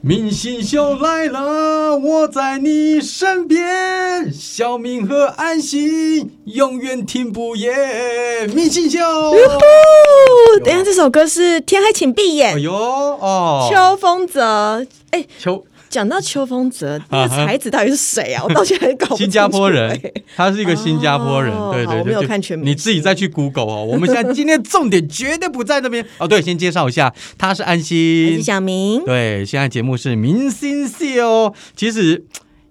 明星秀来了，我在你身边。小明和安心永远停不厌。明星秀，啊哦，等一下，这首歌是《天黑请闭眼哎》，呦哦，秋风泽。哎，秋讲到秋风泽，啊那个哈才子到底是谁啊？我到现在搞不清楚新加坡人哎，他是一个新加坡人，哦对好对我对，没有就看全明你自己再去 Google 哦。我们现在今天重点绝对不在那 边哦。对，先介绍一下，他是安还心是，小明。对，现在节目是明星秀，其实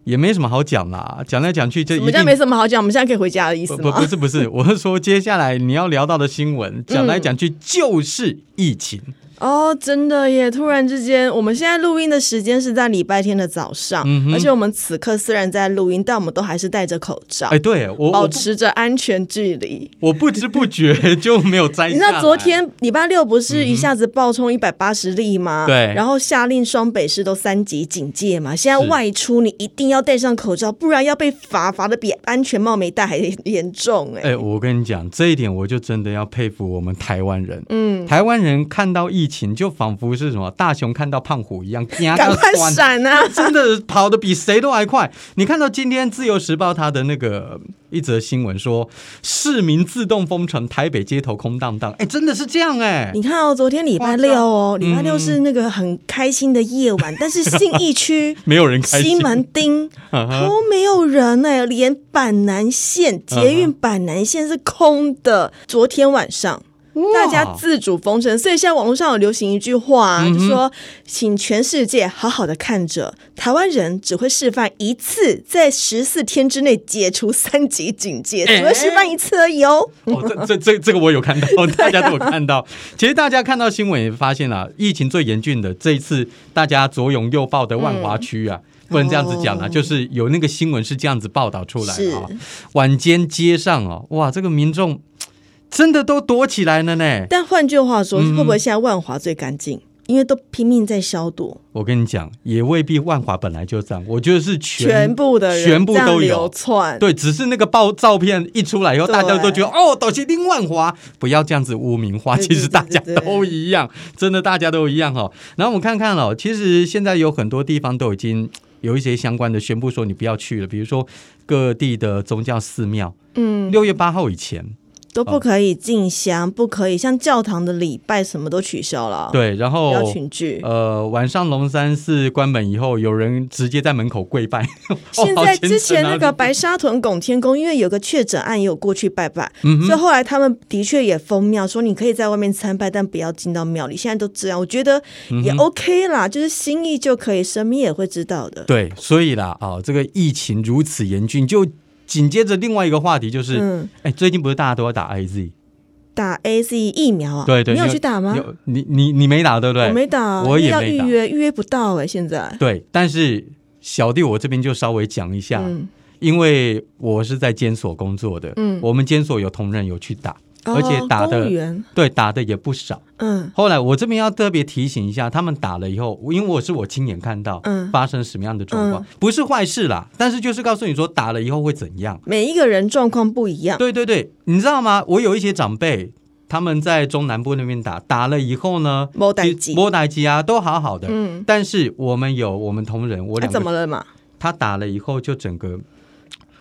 也没什么好讲啦，讲来讲去就我一们定家没什么好讲，我们现在可以回家的意思不不不吗？是不是，我是说接下来你要聊到的新闻，讲来讲去就是疫情。嗯哦，真的耶！突然之间，我们现在录音的时间是在礼拜天的早上，嗯哼而且我们此刻虽然在录音，但我们都还是戴着口罩，哎，对我保我不持着安全距离。我不知不觉就没有摘下来。 嗯你知道昨天礼拜六不是一下子暴冲一百八十例吗？对然后下令双北市都三级警戒嘛。现在是外出你一定要戴上口罩，不然要被罚，罚的比安全帽没戴还严重哎、哎、我跟你讲这一点，我就真的要佩服我们台湾人。嗯，台湾人看到疫情，就仿佛是什么大熊看到胖虎一样，赶赶快闪啊！真的跑得比谁都还快。你看到今天《自由时报》它的那个一则新闻说，市民自动封城，台北街头空荡荡。哎、真的是这样哎、你看哦，昨天礼拜六哦，礼拜嗯六是那个很开心的夜晚，但是信义区没有人开心啊西门 町都没有人哎、连板南线捷运板南线是空的。昨天晚上。大家自主封城，所以现在网络上有流行一句话、啊，嗯就说请全世界好好的看着，台湾人只会示范一次，在十四天之内解除三级警戒，哎只会示范一次而已哦。哦，这这这这个我有看到， 大家都有看到。其实大家看到新闻也发现了、啊疫情最严峻的这一次，大家左拥右抱的万华区啊。不能这样子讲啊，嗯哦就是有那个新闻是这样子报道出来的啊、是晚间街上哦，哇，这个民众真的都躲起来了呢。但换句话嗯说，会不会现在万华最干净？因为都拼命在消毒，我跟你讲，也未必万华本来就这样，我觉得是全全部的人全部这样都流有。窜。对，只是那个爆照片一出来以后，对大家都觉得哦，都是丁万华，不要这样子污名化。对其实大家对对对对都一样，真的大家都一样哦。然后我们看看哦，其实现在有很多地方都已经有一些相关的宣布说你不要去了，比如说各地的宗教寺庙，嗯，六月八号以前，都不可以进香，不可以像教堂的礼拜什么都取消了，，对，然哦不后要群聚。呃晚上龙山寺关门以后，有人直接在门口跪拜。 哦 现好在虔诚啊之前那个白沙屯拱天宫，因为有个确诊案也有过去拜拜，嗯哼所以后来他们的确也封庙，说你可以在外面参拜，但不要进到庙里。现在都这样，我觉得嗯也 OK 啦，就是心意就可以，神明也会知道的。对，所以啦，啊、这个疫情如此严峻，就紧接着另外一个话题就是，哎、嗯，最近不是大家都要打 I Z？打 A Z 疫苗啊，对对，你有去打吗？有你你你没打对不对？我没打，我也要没预打约，预约不到哎、现在。对，但是小弟我这边就稍微讲一下，嗯，因为我是在监所工作的，嗯我们监所有同仁有去打，而且打哦、公务的员，对打的也不少。嗯，后来我这边要特别提醒一下，他们打了以后，因为我是我亲眼看到嗯发生什么样的状况，不是坏事啦，但是就是告诉你说打了以后会怎样。每一个人状况不一 样，对对对，你知道吗？我有一些长辈，他们在中南部那边打，打了以后呢，某代机，摸打机啊，都好好的。嗯，但是我们有我们同仁，我那、两个、啊怎么了嘛？他打了以后就整个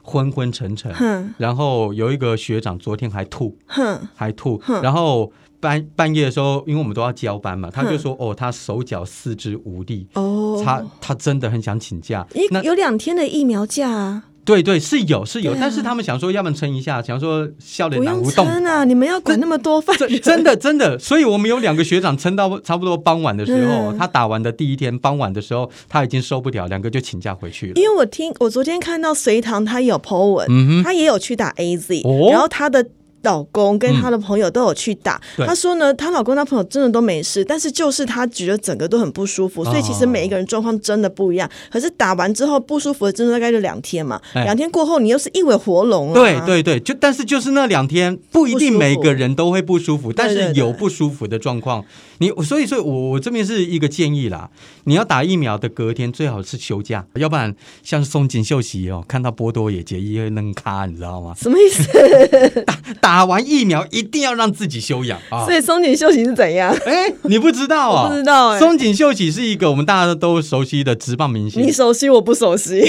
昏昏沉沉，哼然后有一个学长昨天还吐，哼，还吐，然后半半夜的时候，因为我们都要交班嘛，他就说哦，他手脚四肢无力，哦，他他真的很想请假。因那为有两天的疫苗假啊，对对是有是有，对啊但是他们想说，要不然撑一下，想说笑脸不难用无动。撑啊，你们要管那么 多犯真人，真的真的，所以我们有两个学长撑到差不多傍晚的时候，嗯他打完的第一天傍晚的时候，他已经受不了，两个就请假回去了。因为我听我昨天看到隋唐他有 po 文，嗯哼，他也有去打 A Z，、哦然后她的老公跟她的朋友都有去打。对她说呢，她老公她朋友真的都没事，但是就是她觉得整个都很不舒服，所以其实哦每一个人状况真的不一样。可是打完之后不舒服的真的大概就两天嘛，哎两天过后你又是一尾活龙了、啊对。对对，就但是就是那两天，不一定不舒服每个人都会不舒服，但是对对有不舒服的状况，你所以所以我我这边是一个建议啦，你要打疫苗的隔天最好是休假，要不然像松井秀喜哦，看到波多野结衣会扔咖，你知道吗？什么意思？打打完疫苗一定要让自己休养啊所。以松井秀喜是怎样？哎、你不知道啊、我不知道哎松井秀喜是一个我们大家都熟悉的职棒明星你。熟悉我不熟悉，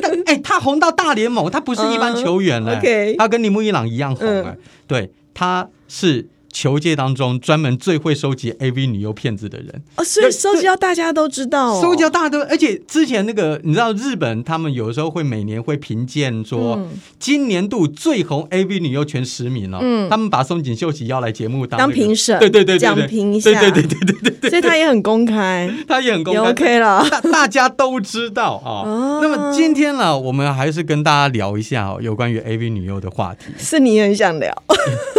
但哎、他红到大联盟，他不是一般球员了、嗯，OK 他跟铃木一朗一样红哎、对，他是球界当中专门最会收集 AV 女优骗子的人，哦，所以收集到大家都知道、哦，收集到大家都，而且之前那个你知道日本他们有的时候会每年会评鉴说、嗯今年度最红 AV 女优前十名哦，嗯他们把松井秀喜邀来节目当、那当个评审对对对对对讲评一下对对对对对对，所以他也很公开，他也很公也开。 OK 了。 大大家都知道啊、哦那么今天呢，我们还是跟大家聊一下、哦、有关于 AV 女优的话题， 是你很想聊，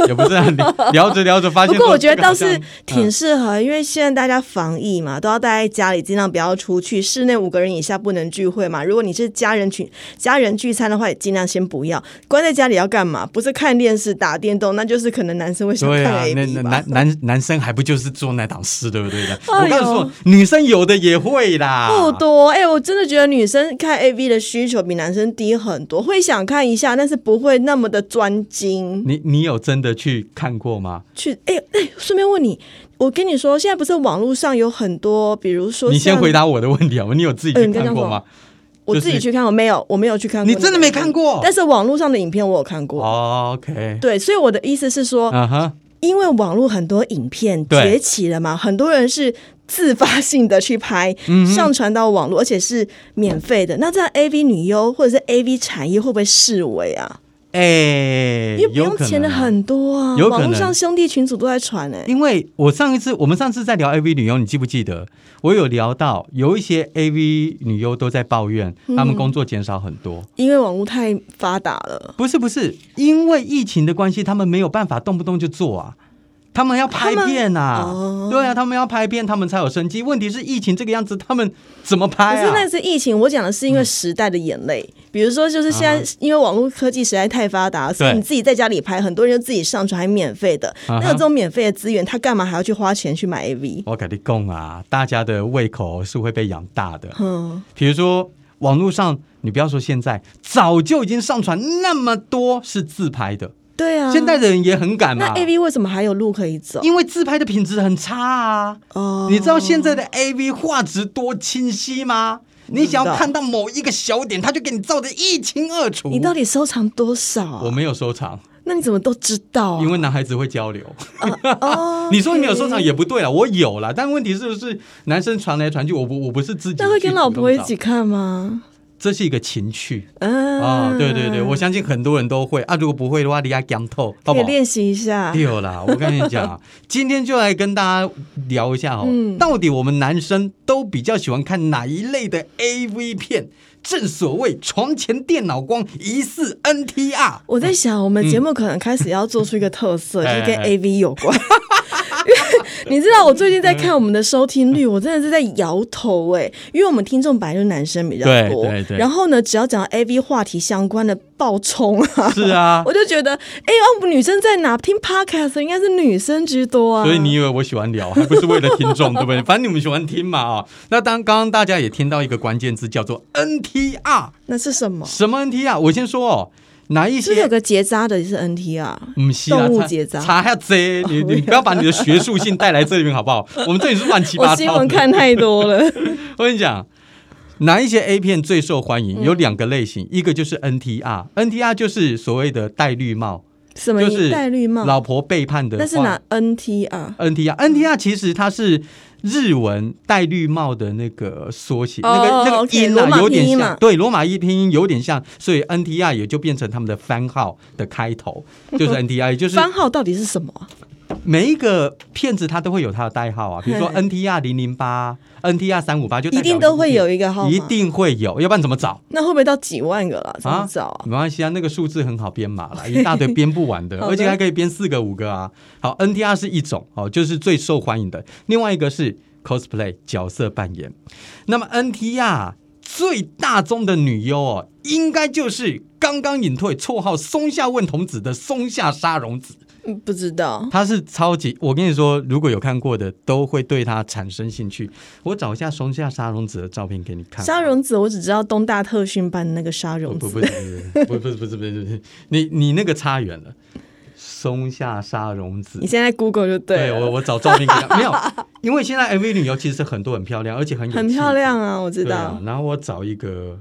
也不是很聊聊着聊着发现不说这个好像。过我觉得倒是挺嗯适合，因为现在大家防疫嘛，都要待在家里，尽量不要出去，室内五个人以下不能聚会嘛。如果你是家人群家人聚餐的话，也尽量先不要关在家里要干嘛？不是看电视、打电动，那就是可能男生会想对看啊，那 A 那 B 吧男。男男生还不就是做那档事，对不对的？哎呦我告诉你，女生有的也会啦，不多哎、我真的觉得女生看 A V 的需求比男生低很多，会想看一下，但是不会那么的专精。你你有真的去看过吗？去哎哎，顺便问你，我跟你说，现在不是网络上有很多，比如说你先像回答我的问题好吗？你有自己去嗯跟看张过总吗？我就是自己去看，我没有，我没有去看过。你真的没看？过？但是网络上的影片我有看过。哦 OK，对，所以我的意思是说，啊哈，因为网络很多影片对崛起了嘛，很多人是自发性的去拍，嗯上传到网络，而且是免费的。那这样 AV 女优或者是 AV 产业会不会视为啊？哎，因为不有用可钱的能啊很多啊，有可能嗯网络上兄弟群组都在传哎、因为我上一次我们上次在聊 AV 女优，你记不记得？我有聊到有一些 AV 女优都在抱怨，嗯她们工作减少很多。因为网络太发达了。不是不是，因为疫情的关系，她们没有办法动不动就做啊。她们要拍片啊，她们哦对啊，她们要拍片，她们才有生机。问题是疫情这个样子，她们怎么可拍是那啊？次疫情，我讲的是因为时代的眼泪，比如说就是现在嗯啊，因为网络科技实在太发达，所以你自己在家里拍，很多人就自己上传，还免费的。啊哈那有这种免费的资源，他干嘛还要去花钱去买 AV？我跟你讲啊，大家的胃口是会被养大的。嗯，比如说网络上，你不要说现在，早就已经上传那么多是自拍的，对啊。现在的人也很敢嘛。那 AV 为什么还有路可以走？因为自拍的品质很差啊。哦你知道现在的 AV 画质多清晰吗？你想要看到某一个小点，它就给你照得一清二楚。你到底收藏多少我啊？没有收藏，那你怎么都知道啊？因为男孩子会交流。，哦 你说你没有收藏也不对了，我有了，但问题是不是男生传来传去，我不我不是自己那会去跟老主动婆一找起，看吗？这是一个情趣嗯啊、对对对，我相信很多人都会啊，如果不会的话，你要讲透，好可不以好？练习一下。 对啦，我跟你讲 啊，今天就来跟大家聊一下哦，嗯到底我们男生都比较喜欢看哪一类的 AV 片？正所谓床前电脑光，疑似 NTR。我在想，我们节目可能开始要做出一个特色，就是跟哎哎哎 AV 有关。 因为你知道，我最近在看我们的收听率，我真的是在摇头哎、因为我们听众本来就是男生比较对多，对对然后呢，只要讲到 AV 话题相关的爆冲啊， 是啊， 我就觉得，哎、啊，我们女生在哪听 podcast 应该是女生居多啊，所以你以为我喜欢聊，还不是为了听 众，对不对？反正你们喜欢听嘛啊、那当刚刚大家也听到一个关键字叫做 NTR，那是什么？什么 NTR？我先说哦，哪一是不是有些？个结扎的也是 NT 啊？嗯，是啊动物查结扎查一下这，你你不要把你的学术性带来这里面好不好？我们这里是乱七八糟 我的。新闻看太多 了，我跟你讲，哪一些 A 片最受欢嗯迎？有两个类型，一个就是 NTR，NTR 就是所谓的戴绿帽，什么就意是戴绿帽？老婆背叛的话。那是哪 NT 啊？ NTR？NTR 其实它是日文戴绿帽的那个缩写，哦那个那个 OK，音罗啊马有点拼音像，嘛对，罗马一拼音有点像，所以 NTR 也就变成他们的番号的开 头，就是 NTR，也就是番号到底是什么啊？每一个骗子他都会有他的代号啊，比如说嘿 NTR 零零八、NTR 三五八，就代一表定都会有一个号码，一定会有，要不然怎么找？那会不会到几万个了？怎么找啊？没关系啊，那个数字很好编码 啦，一大堆编不完的，好的而且还可以编四个五个啊。好，NTR 是一种哦，就是最受欢迎的，另外一个是 cosplay 角色扮演。那么 NTR 最大宗的女优哦，应该就是刚刚隐退，绰号松下问童子的松下沙荣子，嗯，不知道。她是超级，我跟你说，如果有看过的都会对她产生兴趣。我找一下松下沙荣子的照片给你看。沙荣子，我只知道东大特训班的那个沙荣不子，不不不不不不是不是不是不是，你你那个差远了。松下沙荣子你。现在 Google 就对了，我我找照片给他，没有，因为现在 MV 女优其实很多很漂亮，而且很有很气质漂亮啊，我知对道。啊。然后我找一个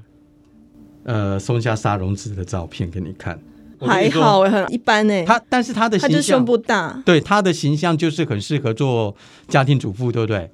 呃松下沙龙子的照片给你看，啊我跟还你说好，很一般哎、他，但是他的他形就胸象，部大对他的形象就是很适合做家庭主妇，对不对？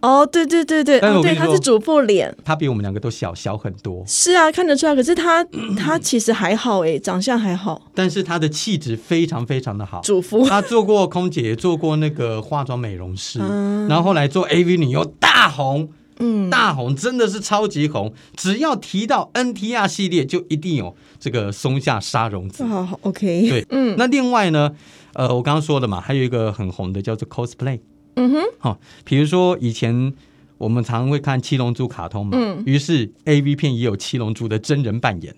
哦，对对对对，但是哦我跟你对，他说是主妇脸，他比我们两个都小小很多，是啊，看得出来。可 是他他其实还好哎、长相还好，但是他的气质非常非常的好。主妇他做过空姐，也做过那个化妆美容师，嗯然后后来做 AV 女优大红，嗯，大红真的是超级红。只要提到 NTR 系列，就一定有这个松下沙荣子。好好 OK，对 嗯那另外呢，呃，我刚刚说的嘛，还有一个很红的叫做 cosplay，嗯哼，哈、比如说以前我们常会看《七龙珠》卡通嘛，嗯于是 A V 片也有《七龙珠》的真人扮演，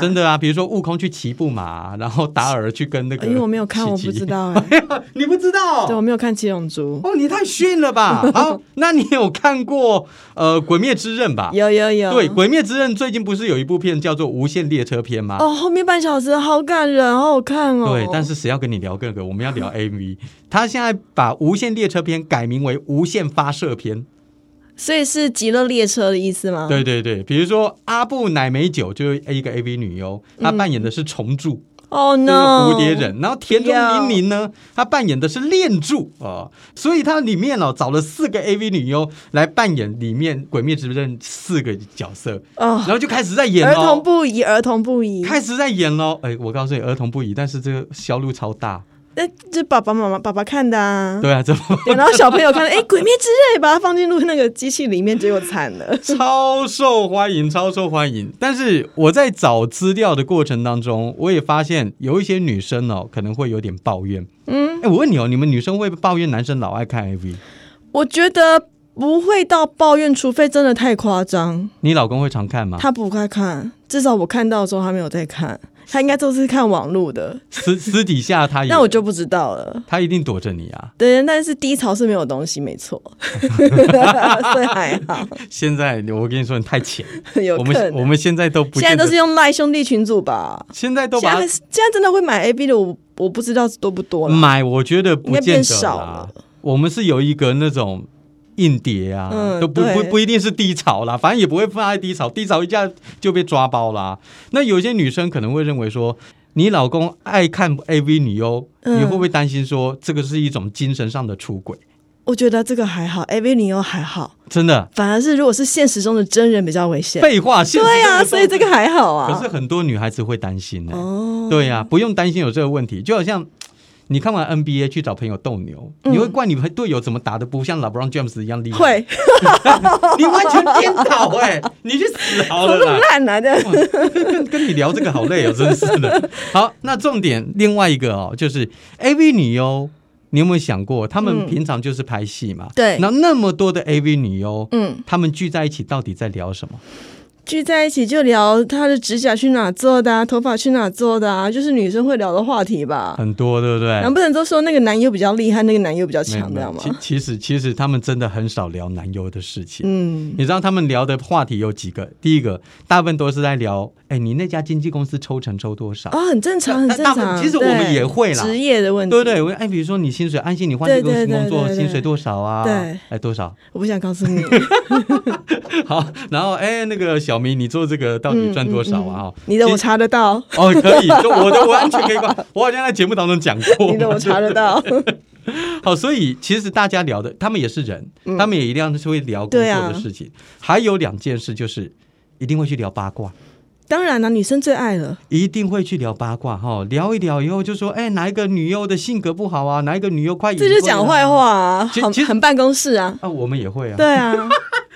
真的啊，比如说悟空去骑布马，然后达尔去跟那个，因为哎我没有看，我不知，道哎、 你不知道，对我没有看《七 龙珠哦，你太逊了 吧？好，那你有看过呃《鬼灭之刃》吧》，？有有有，对，《鬼灭之刃》最近不是有一部片叫做《无限列车篇》吗？哦，后面半小时好感人，好好看哦，啊对，但是谁要跟你聊这个？我们要 聊 AV。他现在把《无限列车篇》改名为《无限发射篇》。所以是极乐列车的意思吗？对对对，比如说阿布乃美酒就是一个 AV 女优，她扮嗯演的是虫柱，哦、就是 no，蝴蝶人。然后田中绫绫呢，她扮演的是恋柱哦，所以它里面哦找了四个 AV 女优来扮演里面《鬼灭之刃》四个角色，哦然，后就开始在演儿童喽。不宜，儿童不宜，哦开始在演喽！哎，我告诉你，儿童不宜，但是这个销路超大。那这爸爸妈妈爸爸看的啊。对啊，这 对，然后小朋友看到，哎，《鬼灭之刃》，把它放进入那个机器里面，结果惨了。超受欢迎，超受欢迎。但是我在找资料的过程当中，我也发现有一些女生哦，可能会有点抱怨。嗯，哎，我问你哦，你们女生会不会抱怨男生老爱看 AV？我觉得不会到抱怨，除非真的太夸张。你老公会常看吗？他不该看，至少我看到的时候他没有在看，他应该都是看网络的，私 私底下他也那，我就不知道了。他一定躲着你啊。对，但是低潮是没有东西，没错，所以还好，现在我跟你说，你太浅，有我可们我能。们现在都不现在见得都是用赖兄弟群组吧？现在都现把在现在真的会买 A B 的，我我不知道多不多它了。买，我觉得应不该见变得少啦了。我们是有一个那种硬碟啊，嗯都不不对不一定是低潮啦，反正也不会放在低潮，低潮一下就被抓包啦。那有些女生可能会认为说，你老公爱看 AV 女优，嗯你会不会担心说这个是一种精神上的出轨？我觉得这个还好，A V 女优还好，真的，反而是如果是现实中的真人比较危险。废话，现实对生活啊，中所以这个还好啊。可是很多女孩子会担心呢、哦，对呀、不用担心有这个问题，就好像。你看完 NBA 去找朋友斗牛，你会怪你队友怎么打的不像 LeBron James 一样厉害？嗯会 你完全颠倒哎、你去死好怎了么那啦！么 烂啊？这样跟跟你聊这个好累哦，真是的。好，那重点另外一个哦，就是 AV 女优，你有没有想过，他们嗯平常就是拍戏嘛？对那那么多的 AV 女优，嗯，他们聚在一起到底在聊什么？聚在一起就聊她的指甲去哪做的啊，头发去哪做的啊，就是女生会聊的话题吧。很多，对不对？难不成都说那个男优比较厉害，那个男优比较没有强，没这有样吗？其其实其实他们真的很少聊男优的事情。嗯，你知道他们聊的话题有几个？第一个，大部分都是在聊，哎，你那家经纪公司抽成抽多少？啊，很正常，很但正但大部常。分其实我们对也会啦职业的问题。对对，我哎，比如说你薪水，安心你换这对个对新对工作，对对薪水多少啊？对，哎多少？ 我不想告诉你，好，然后哎那个小明，你做这个到底赚多少啊？哦嗯你的我其实查得到，哦可以，就我的完全可以挂， 我好像在节目当中讲过。你的我查得到。 好，所以其实大家聊的，他们也是人，他们也一样是会聊工作嗯对啊的事情。还有两件事就是。一定会去聊八卦，当然了，女生最爱了。一定会去聊八卦哈、哦聊一聊以后就说，哎，哪一个女优的性格不好啊？哪一个女优快这就讲坏话话啊，其很其实很办公室啊，啊！我们也会啊，对啊，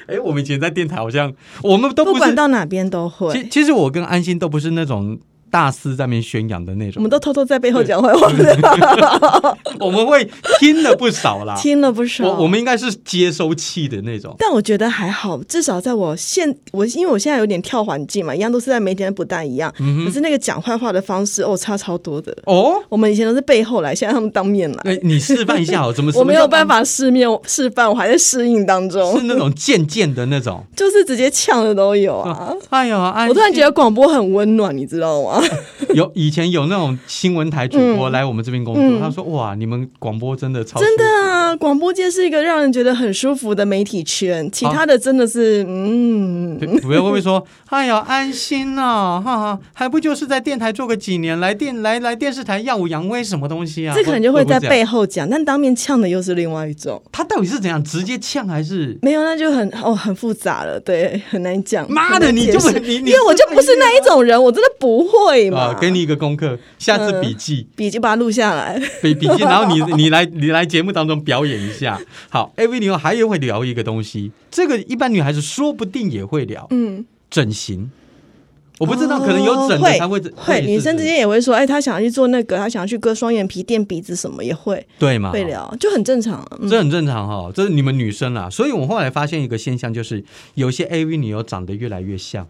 哎，我们以前在电台好像我们都不不管是到哪边都其会，其实我跟安心都不是那种大肆在面宣扬的那我种 们，都偷偷在背后讲坏话的，。我们会听了不少啦听了不少。我我们应该是接收器的那种。但我觉得还好，至少在我现我因为我现在有点跳环境嘛，一样都是在媒体，但不大一样。嗯可是那个讲坏话的方式哦，差超多的。哦，我们以前都是背后来，现在他们当面来，哎，你示范一下哦，怎么 我没有办法，法示面示范，我还在适应当 是中，那种贱贱的那种。就是直接呛的都有啊。哎呦，安我突然心觉得广播很温暖，你知道吗？有以前有那种新闻台主播来我们这边工作，嗯他说：“哇，你们广播真的超真的舒服啊，广播界是一个让人觉得很舒服的媒体圈，其他的真的是、嗯，对，不要会不会说，哎呀，安心呐、哈哈，还不就是在电台做个几年，来电来来电视台耀武扬威什么东西啊？这可能就会会在。会不会这样背后讲，但当面呛的又是另外一种。他到底是怎样直接呛还是？没有，那就很哦，很复杂了，对，很难讲。妈很的，难你解就释不你你因为我就不是那一种人，我真的不会嘛。嗯啊，给你一个功课，下次笔记、笔记把它录下来。笔 笔记，然后你你来你来节目当中表演一下。好，AV 女优还有会聊一个东西，这个一般女孩子说不定也会聊嗯，整形。我不知道，哦可能有整的会才嗯会会，女生之接间也会说，哎，她想要去做那个，她想要去割双眼皮、垫鼻子什么也会对嘛？会聊，就很正常啊。嗯这很正常哈、哦，这是你们女生啦。所以我后来发现一个现象，就是有些 AV 女优长得越来越像。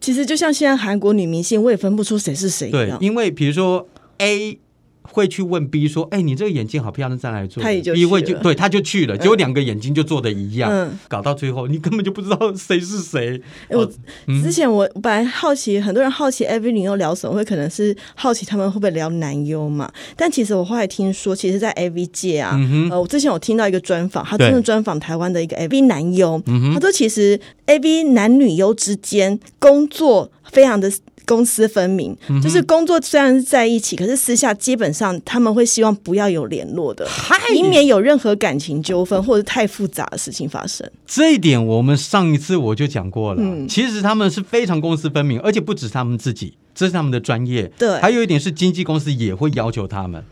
其实就像现在韩国女明星，我也分不出谁是谁一对，样。因为比如说 A 会去问 B 说：“哎，你这个眼睛好漂亮，在哪里做的？”他也就 B 会去就了对，他就去了，结果两个眼睛就做的一样，嗯搞到最后你根本就不知道谁是谁。哎我哦嗯之前我本来好奇，很多人好奇 AV 女优聊什么，会可能是好奇他们会不会聊男优嘛？但其实我后来听说，其实，在 AV 界啊，呃，我之前有听到一个专访，他真的嗯对嗯专访台湾的一个 AV 男优，他说其实 AV 男女优之间工作非常的。公私分明，嗯就是工作虽然是在一起，可是私下基本上他们会希望不要有联络的，以免有任何感情纠纷或者太复杂的事情发生。这一点我们上一次我就讲过了，嗯其实他们是非常公私分明，而且不止他们自己，这是他们的专业。对还有一点是经纪公司也会要求他们，哦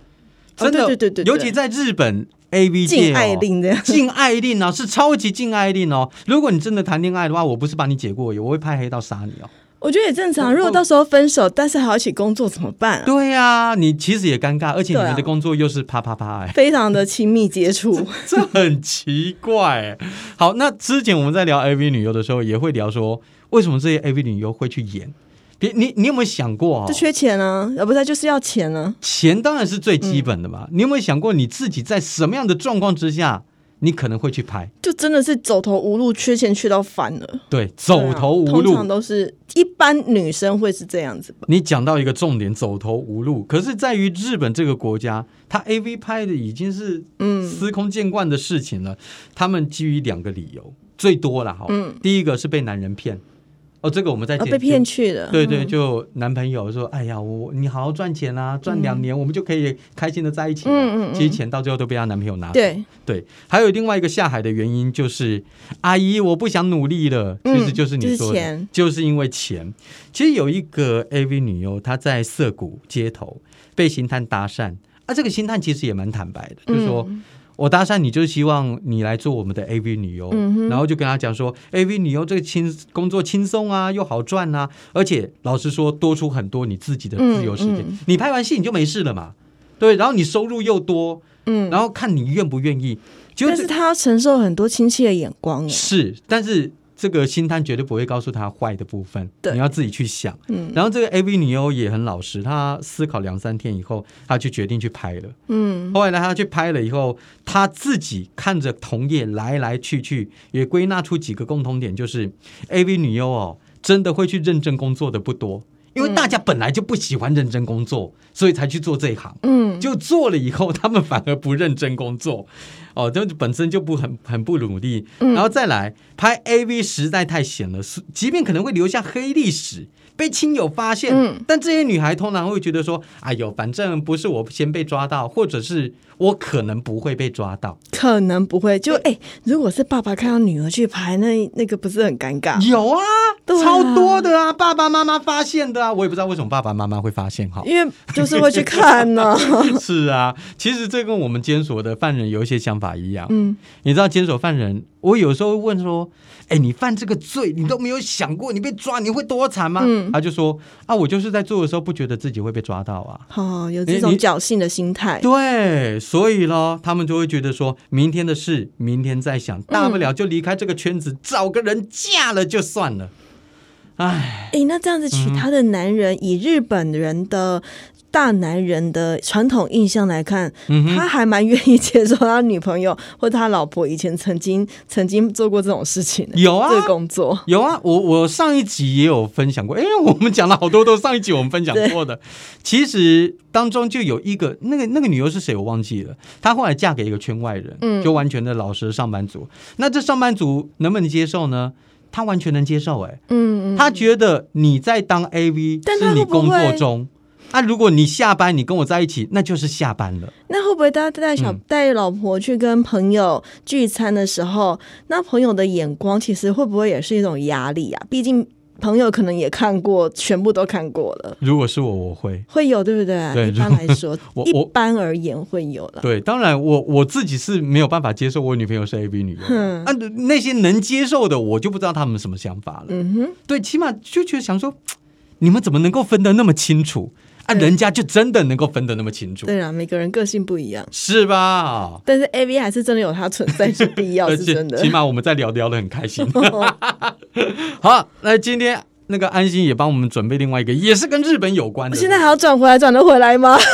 真的，对对对对对尤其在日本 AV 界、哦、禁爱令这样禁爱令哦，是超级禁爱令哦。如果你真的谈恋爱的话，我不是把你解过瘾，我会拍黑道杀你哦。我觉得也正常。如果到时候分手，但是还要一起工作怎么办、啊？对呀、你其实也尴尬，而且你们对的啊工作又是啪啪啪哎、非常的亲密接触， 这很奇怪。欸好，那之前我们在聊 AV 女优的时候，也会聊说，为什么这些 AV 女优会去演？别你你有没有想过啊、就缺钱啊，要不他就是要钱啊。钱当然是最基本的嘛。嗯你有没有想过你自己在什么样的状况之下，你可能会去拍？就真的是走投无路，缺钱缺到翻了，对，走投无对啊通路。常都是一般女生会是这样子吧？你讲到一个重点，走投无路。可是，在于日本这个国家，它 A V 拍的已经是嗯司空见惯的事情了。他们基于两个理由，最多了哈。第一个是被男人骗，哦，这个我们在啊，节嗯被骗去的，嗯对对，就男朋友说：“哎呀，我你好好赚钱啊，赚两年我们就可以开心的在一起了。”嗯嗯嗯嗯其实钱到最后都被她男朋友拿走。对，对，还有另外一个下海的原因就是，阿姨我不想努力了，嗯其实就是你说就的，是钱就是因为钱。其实有一个 AV 女优，她在涩谷街头被星探搭讪，啊，这个星探其实也蛮坦白的，嗯就是说。我搭讪你，就是希望你来做我们的 AV 女优，嗯然后就跟她讲说，AV 女优这个轻工作轻松啊，又好赚啊，而且老实说，多出很多你自己的自由时间，嗯嗯你拍完戏你就没事了嘛，对，然后你收入又多，嗯，然后看你愿不愿意。就但是他要承受很多亲戚的眼光哎，是，但是这个星探绝对不会告诉他坏的部分，对你要自己去想。嗯然后这个 AV 女优也很老实，她思考两三天以后，她就决定去拍了。嗯，后来呢，她去拍了以后，她自己看着同业来来去去，也归纳出几个共同点，就是 AV 女优哦，真的会去认真工作的不多。因为大家本来就不喜欢认真工作，所以才去做这一行。嗯，就做了以后，他们反而不认真工作，哦，就本身就不很很不努力，嗯然后再来拍 AV 实在太闲了，是即便可能会留下黑历史。被亲友发现，嗯但这些女孩通常会觉得说：“哎呦，反正不是我先被抓到，或者是我可能不会被抓到。可能不会。就哎，如果是爸爸看到女儿去拍，那那个不是很尴尬？有啊，对啊超多的啊，爸爸妈妈发现的啊，我也不知道为什么爸爸妈妈会发现哈。因为就是会去看呢。 是啊，其实这跟我们监所的犯人有一些想法一样。嗯，你知道监守犯人，我有时候会问说：“哎、你犯这个罪，你都没有想过你被抓你会多惨吗？”嗯他就说：“啊，我就是在做的时候不觉得自己会被抓到啊。哦，有这你种你侥幸的心”态。对，所以咯，他们就会觉得说明天的事明天再想，大不嗯了就离开这个圈子，找个人嫁了就算了。哎，嗯哎、那这样子娶她的男人，以日本人的大男人的传统印象来看，嗯哼他还蛮愿意接受他女朋友或他老婆以前曾经曾经做过这种事情的，有啊这个工作。有啊，我我上一集也有分享过，哎，我们讲了好多都是上一集我们分享过 的。其实当中就有一个那个那个女优是谁我忘记了，她后来嫁给一个圈外人，嗯就完全的老实的上班族。那这上班族能不能接受呢？她完全能接受、哎，嗯，嗯她觉得你在当 AV 但她是你会不工作会中。啊，如果你下班你跟我在一起，那就是下班了。那会不会他带小、嗯带老婆去跟朋友聚餐的时候，那朋友的眼光其实会不会也是一种压力啊？毕竟朋友可能也看过，全部都看过了。如果是我，我会。会有对不对？对，一般来说我一我般而言会有了。对，当然我我自己是没有办法接受我女朋友是 A B 女优的，嗯啊，那些能接受的我就不知道他们什么想法了。嗯哼，对，起码就觉得想说，嘖你们怎么能够分得那么清楚啊？对人家就真的能够分得那么清楚，对啊，每个人个性不一样，是吧？但是 A V 还是真的有它存在之必 要，而是且真的起。码我们在聊聊得很开 心。 好，那今天那个安心也帮我们准备另外一个，也是跟日本有关我的。哦现在还要转回来，转得回来吗？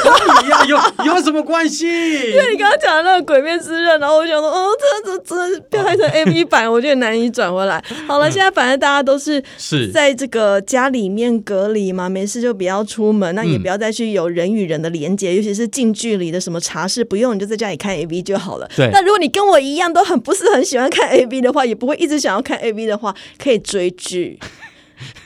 一样，有有什么关系？那你刚刚讲的那个《鬼灭之刃》，然后我就想说，哦，这这这被拍成 A V 版，我觉得难以转回来。好嗯了，现在反正大家都是是在这个家里面隔离嘛，没事就不要出嗯门，那也不要再去有人与人的连接，尤其是近距离的什么茶室，不用你就在家里看 A V 就好了。对那如果你跟我一样都很不是很喜欢看 A V 的话，也不会一直想要看 A V 的话，可以追剧，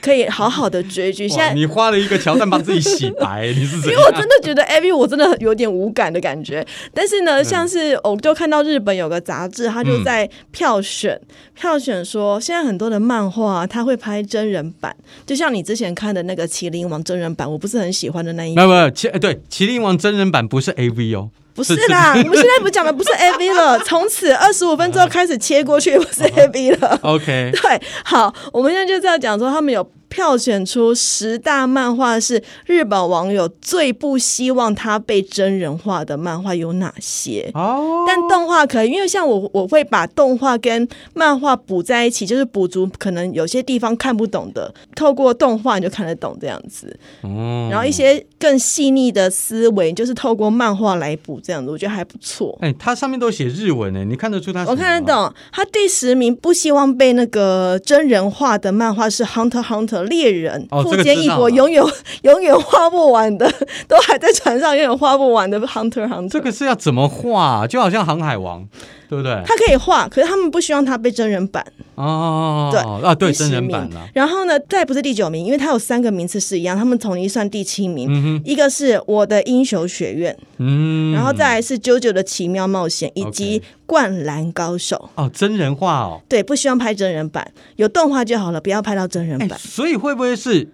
可以好好的追剧。现 哇在你花了一个桥段帮自己洗 白，你是怎因样？为我真的觉得 A V 我真的有点无感的感觉。但是呢，像是我就看到日本有个杂志，它就在票选，票选说现在很多的漫画、它会拍真人版，就像你之前看的那个《麒麟王》真人版，我不是很喜欢的那一没有没有，麒对《麒麟王》真人版不是 A V 哦，不是啦，我们现在不讲的不是 A V 了，从此二十五分钟开始切过去不是 A V 了。 OK，对，好，我们现在就在讲说，他们有票选出十大漫画是日本网友最不希望它被真人化的漫画有哪些。哦，但动画可以，因为像我，我会把动画跟漫画补在一起，就是补足可能有些地方看不懂的，透过动画你就看得懂这样子。嗯然后一些更细腻的思维，就是透过漫画来补这样子，我觉得还不错。哎，它上面都写日文哎呢，你看得出它？我看得。懂，他第十名不希望被那个真人化的漫画是《Hunter x Hunter》猎人，哦富这个坚知义道博了永远永远画不完的，都还在船上永远画不完的《Hunter x Hunter》。这个是要怎么画、啊就好像《航海王》，对不对？他可以画，可是他们不希望他被真人版。哦，啊，对，第十真人名版了。然后呢，再不是第九名，因为它有三个名次是一样，他们统一算第七名。嗯哼，一个是我的英雄学院，嗯，然后再来是《啾啾的奇妙冒险》，以 OK 及《灌篮高手》。哦，真人化哦，对，不希望拍真人版，有动画就好了，不要拍到真人哎，版。所以会不会是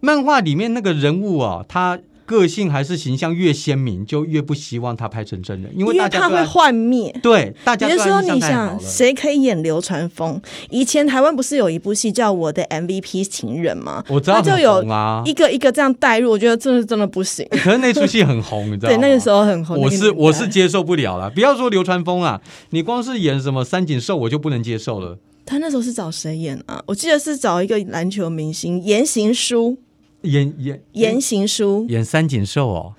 漫画里面那个人物哦，他个性还是形象越鲜明，就越不希望他拍成真人，因因为大家它对会他幻灭。对大比家如对他说，印象你太好想了。谁可以演流川枫？以前台湾不是有一部戏叫《我的 MVP 情人》吗？我知道他就很有红啊，一个一个这样带入，我觉得真的真的不行。可是那出戏很红，你知道吗？对，那个时候很红。我哦那个是年代我是接受不了了，不要说流川枫啊，你光是演什么三井寿，我就不能接受了。他那时候是找谁演啊？我记得是找一个篮球明星，言行书，哎演演哎言行书。演三井寿哦，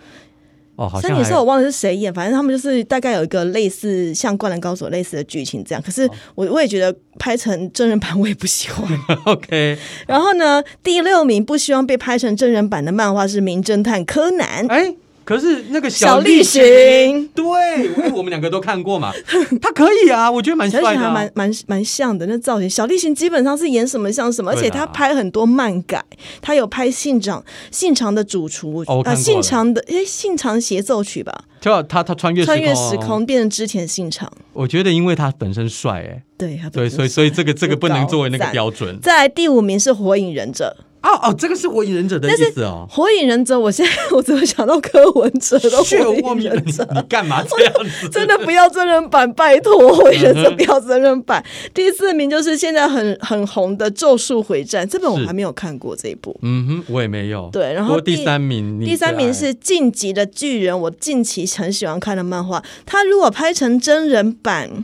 哦，好像三井寿还我忘了是谁演，反正他们就是大概有一个类似像《灌篮高手》类似的剧情这样。可是哦我我也觉得拍成真人版我也不喜欢。 OK，然后呢，第六名不希望被拍成真人版的漫画是《名侦探柯南》哎，可是那个栗栗旬，旬。对，哎我们两个都看过 嘛，他可以啊，我觉得蛮小栗帅旬的啊、还蛮蛮蛮像的那造型，小栗旬基本上是演什么像什么，而对啊且啦他拍很多漫改，他有拍信长信长的主厨，哦我看过呃了信长的诶信长协奏曲吧，就他他穿越时穿空哦越时空变成之前信长，我觉得因为他本身帅哎、对，他对，所以所以这个这个不能作为那个标 准。再来第五名是火影忍者，哦哦，这个是火影忍者的意思哦。火影忍者我现在 我只有想到柯文哲的血火忘影你了，忍你者。你干嘛这样 子？真的不要真人版，拜托，火影忍者不要真人版。第四名就是现在很很红的《咒术回战》，这本我是还没有看过这一部。嗯哼，我也没有。对然后不过第第三名，你第最三爱名是《晋级的巨人》，我近期很喜欢看的漫画。它如果拍成真人版，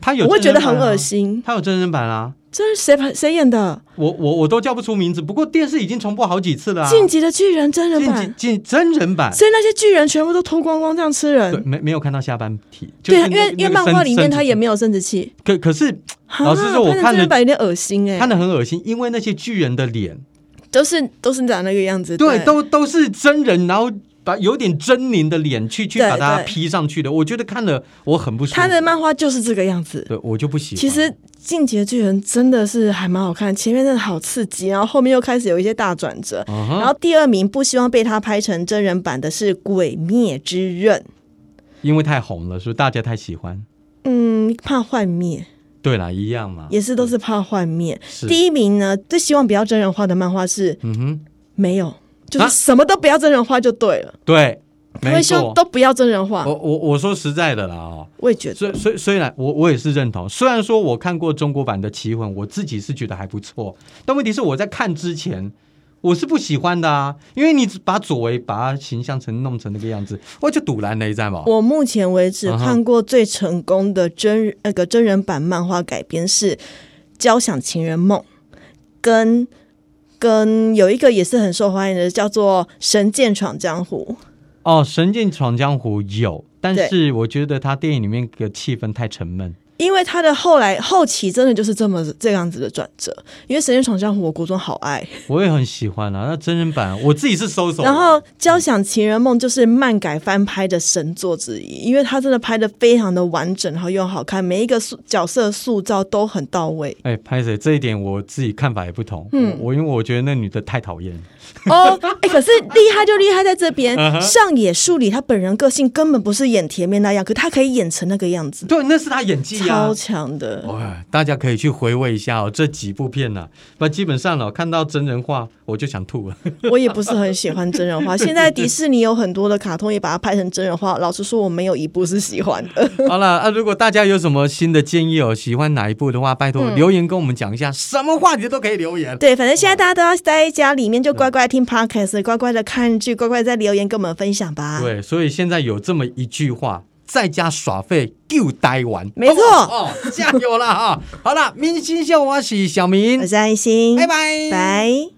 他有、我会觉得很恶。啊心。他有真人版啊，这是谁拍谁演的？我我我都叫不出名字，不过电视已经重播好几次了、啊。晋级的巨人真人进版进，进真人版，所以那些巨人全部都脱光光这样吃对，人。没没有看到下半体。对，就是因那为因为那个漫生画里面生殖他也没有生殖器。可可是啊老实说我拍成看了真人版有点恶心哎、看的很恶心，因为那些巨人的脸，都是都是长那个样子。对，都都是真人，然后把有点狰狞的脸去去对把它对 P 上去的，我觉得看了我很不舒服。他的漫画就是这个样子。对我就不喜欢。其实《进击的巨人》真的是还蛮好看，前面真的好刺激，然后后面又开始有一些大转折。嗯然哼，后第二名不希望被他拍成真人版的是《鬼灭之刃》，因为太红了，是不是大家太喜欢？嗯，怕幻灭，对啦，一样嘛。也是都是怕幻灭。啊是第一名呢，最希望不要真人化的漫画是嗯哼，没有，就啊是什么都不要真人化就对了。对，他会啊没说错。哦都不要真人化我，我我说实在的啦哦，我也觉得虽虽虽然我我也是认同，虽然说我看过中国版的《棋魂》，我自己是觉得还不错，但问题是我在看之前。我是不喜欢的啊，因为你只把左为把它形象成弄成那个样子，我就堵拦了一站嘛。我目前为止嗯哼看过最成功的真那个真人版漫画改编是《交响情人梦》，跟跟有一个也是很受欢迎的叫做《神剑闯江湖哦，《神剑闯江湖》有，但对是我觉得他电影里面的气氛太沉闷。》，因为它的后来后期真的就是这么这样子的转折。因为《神剑闯江湖》我国中好爱，我也很喜欢啊。那真人版我自己是搜索，然后《交响情人梦》就是漫改翻拍的神作之一，因为它真的拍的非常的完整，然后又好看，每一个塑角色塑造都很到位。哎，拍谁这一点我自己看法也不同。嗯我我因为我觉得那女的太讨厌了。哦，哎，可是厉害就厉害在这边嗯哼，上野树里他本人个性根本不是演甜面那样，可他可以演成那个样子，对，那是她演技啊超。强的。哇，大家可以去回味一下哦，这几部片呢、啊，那基本上哦，看到真人化我就想吐了。 我也不是很喜欢真人化，现在迪士尼有很多的卡通也把它拍成真人化，老实说我没有一部是喜欢的。好了啊，如果大家有什么新的建议哦，喜欢哪一部的话，拜托、留言跟我们讲一下，什么话题都可以留言。嗯对，反正现在大家都要待在家里面，就乖乖听 podcast，乖乖的看剧，乖乖在留言跟我们分享吧。对，所以现在有这么一句话。在家耍废就呆玩，没错好不好哦，加油了啊！好了，明星秀我是小明 我，是安心，拜拜，拜。